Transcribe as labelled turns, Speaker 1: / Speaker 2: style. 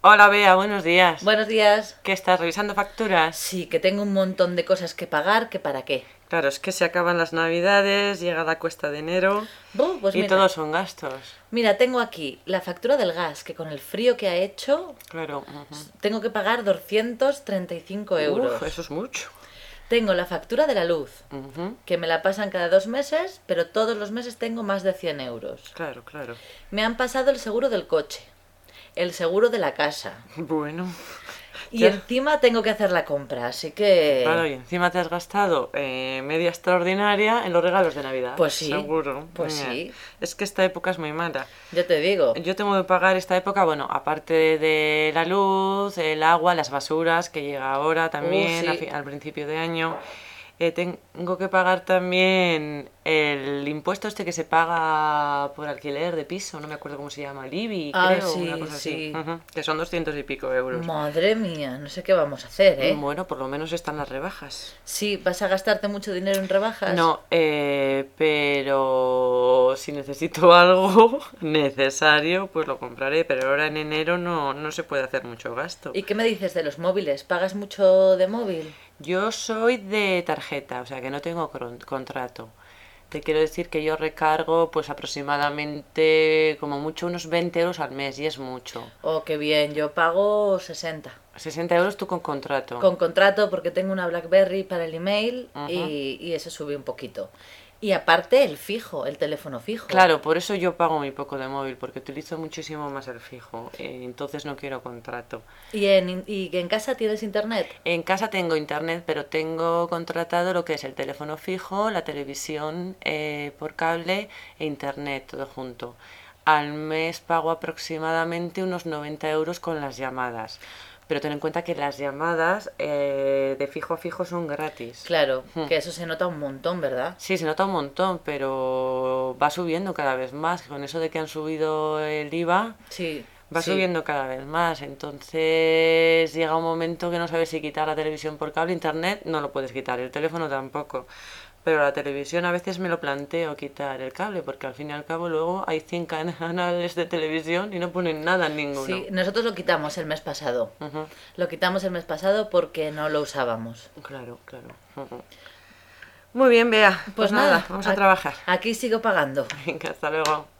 Speaker 1: Hola Bea, buenos días.
Speaker 2: Buenos días.
Speaker 1: ¿Qué estás revisando facturas?
Speaker 2: Sí, que tengo un montón de cosas que pagar, que para qué.
Speaker 1: Claro, es que se acaban las navidades, llega la cuesta de enero
Speaker 2: Bu, pues
Speaker 1: y
Speaker 2: mira,
Speaker 1: todos son gastos.
Speaker 2: mira, tengo aquí la factura del gas, que con el frío que ha hecho,
Speaker 1: Claro. ujú.
Speaker 2: tengo que pagar 235 euros.
Speaker 1: Uf, eso es mucho.
Speaker 2: Tengo la factura de la luz,
Speaker 1: Ujú,
Speaker 2: que me la pasan cada dos meses, pero todos los meses tengo más de 100 euros.
Speaker 1: Claro, claro.
Speaker 2: Me han pasado el seguro del coche, el seguro de la casa.
Speaker 1: Bueno.
Speaker 2: Y
Speaker 1: Ya.
Speaker 2: encima tengo que hacer la compra, así que...
Speaker 1: Claro, y encima te has gastado eh, media extraordinaria en los regalos de Navidad.
Speaker 2: Pues sí,
Speaker 1: Seguro.
Speaker 2: pues
Speaker 1: Mira,
Speaker 2: sí.
Speaker 1: Es que esta época es muy mala.
Speaker 2: Yo te digo.
Speaker 1: Yo tengo que pagar esta época, bueno, aparte de la luz, el agua, las basuras, que llega ahora también,
Speaker 2: Uh, sí.
Speaker 1: a fi- al principio de año. Eh, tengo que pagar también el impuesto este que se paga por alquiler de piso, no me acuerdo cómo se llama, el IBI,
Speaker 2: Ah,
Speaker 1: creo,
Speaker 2: sí,
Speaker 1: una cosa
Speaker 2: sí.
Speaker 1: así. Ujú, que son doscientos y pico euros.
Speaker 2: Madre mía, no sé qué vamos a hacer, ¿eh?
Speaker 1: Bueno, por lo menos están las rebajas.
Speaker 2: Sí, vas a gastarte mucho dinero en rebajas.
Speaker 1: No, eh, pero si necesito algo necesario, pues lo compraré. Pero ahora en enero no, no se puede hacer mucho gasto.
Speaker 2: ¿Y qué me dices de los móviles? ¿Pagas mucho de móvil?
Speaker 1: Yo soy de tarjeta, o sea que no tengo cron- contrato. Te quiero decir que yo recargo pues aproximadamente como mucho unos 20 euros al mes y es mucho.
Speaker 2: Oh, qué bien, yo pago 60.
Speaker 1: 60 euros tú con contrato.
Speaker 2: Con contrato porque tengo una BlackBerry para el email
Speaker 1: Ajá.
Speaker 2: y, y eso sube un poquito. Y aparte el fijo, el teléfono fijo.
Speaker 1: Claro, por eso yo pago muy poco de móvil, porque utilizo muchísimo más el fijo, eh, entonces no quiero contrato.
Speaker 2: ¿Y en, y en casa tienes internet?
Speaker 1: En casa tengo internet, pero tengo contratado lo que es el teléfono fijo, la televisión eh, por cable e internet, todo junto. Al mes pago aproximadamente unos 90 euros con las llamadas. Pero ten en cuenta que las llamadas eh, de fijo a fijo son gratis.
Speaker 2: Claro,
Speaker 1: Hmm.
Speaker 2: que eso se nota un montón, ¿verdad?
Speaker 1: Sí, se nota un montón, pero va subiendo cada vez más. Con eso de que han subido el IVA,
Speaker 2: Sí.
Speaker 1: Va
Speaker 2: sí.
Speaker 1: subiendo cada vez más, entonces llega un momento que no sabes si quitar la televisión por cable, internet no lo puedes quitar, el teléfono tampoco. Pero la televisión a veces me lo planteo quitar el cable, porque al fin y al cabo luego hay 100 canales de televisión y no ponen nada en ninguno.
Speaker 2: Sí, nosotros lo quitamos el mes pasado.
Speaker 1: Ujú,
Speaker 2: Lo quitamos el mes pasado porque no lo usábamos.
Speaker 1: Claro, claro. ujú. Muy bien, Bea. Pues, nada, vamos a
Speaker 2: ac-
Speaker 1: trabajar.
Speaker 2: Aquí sigo pagando.
Speaker 1: Venga, hasta luego.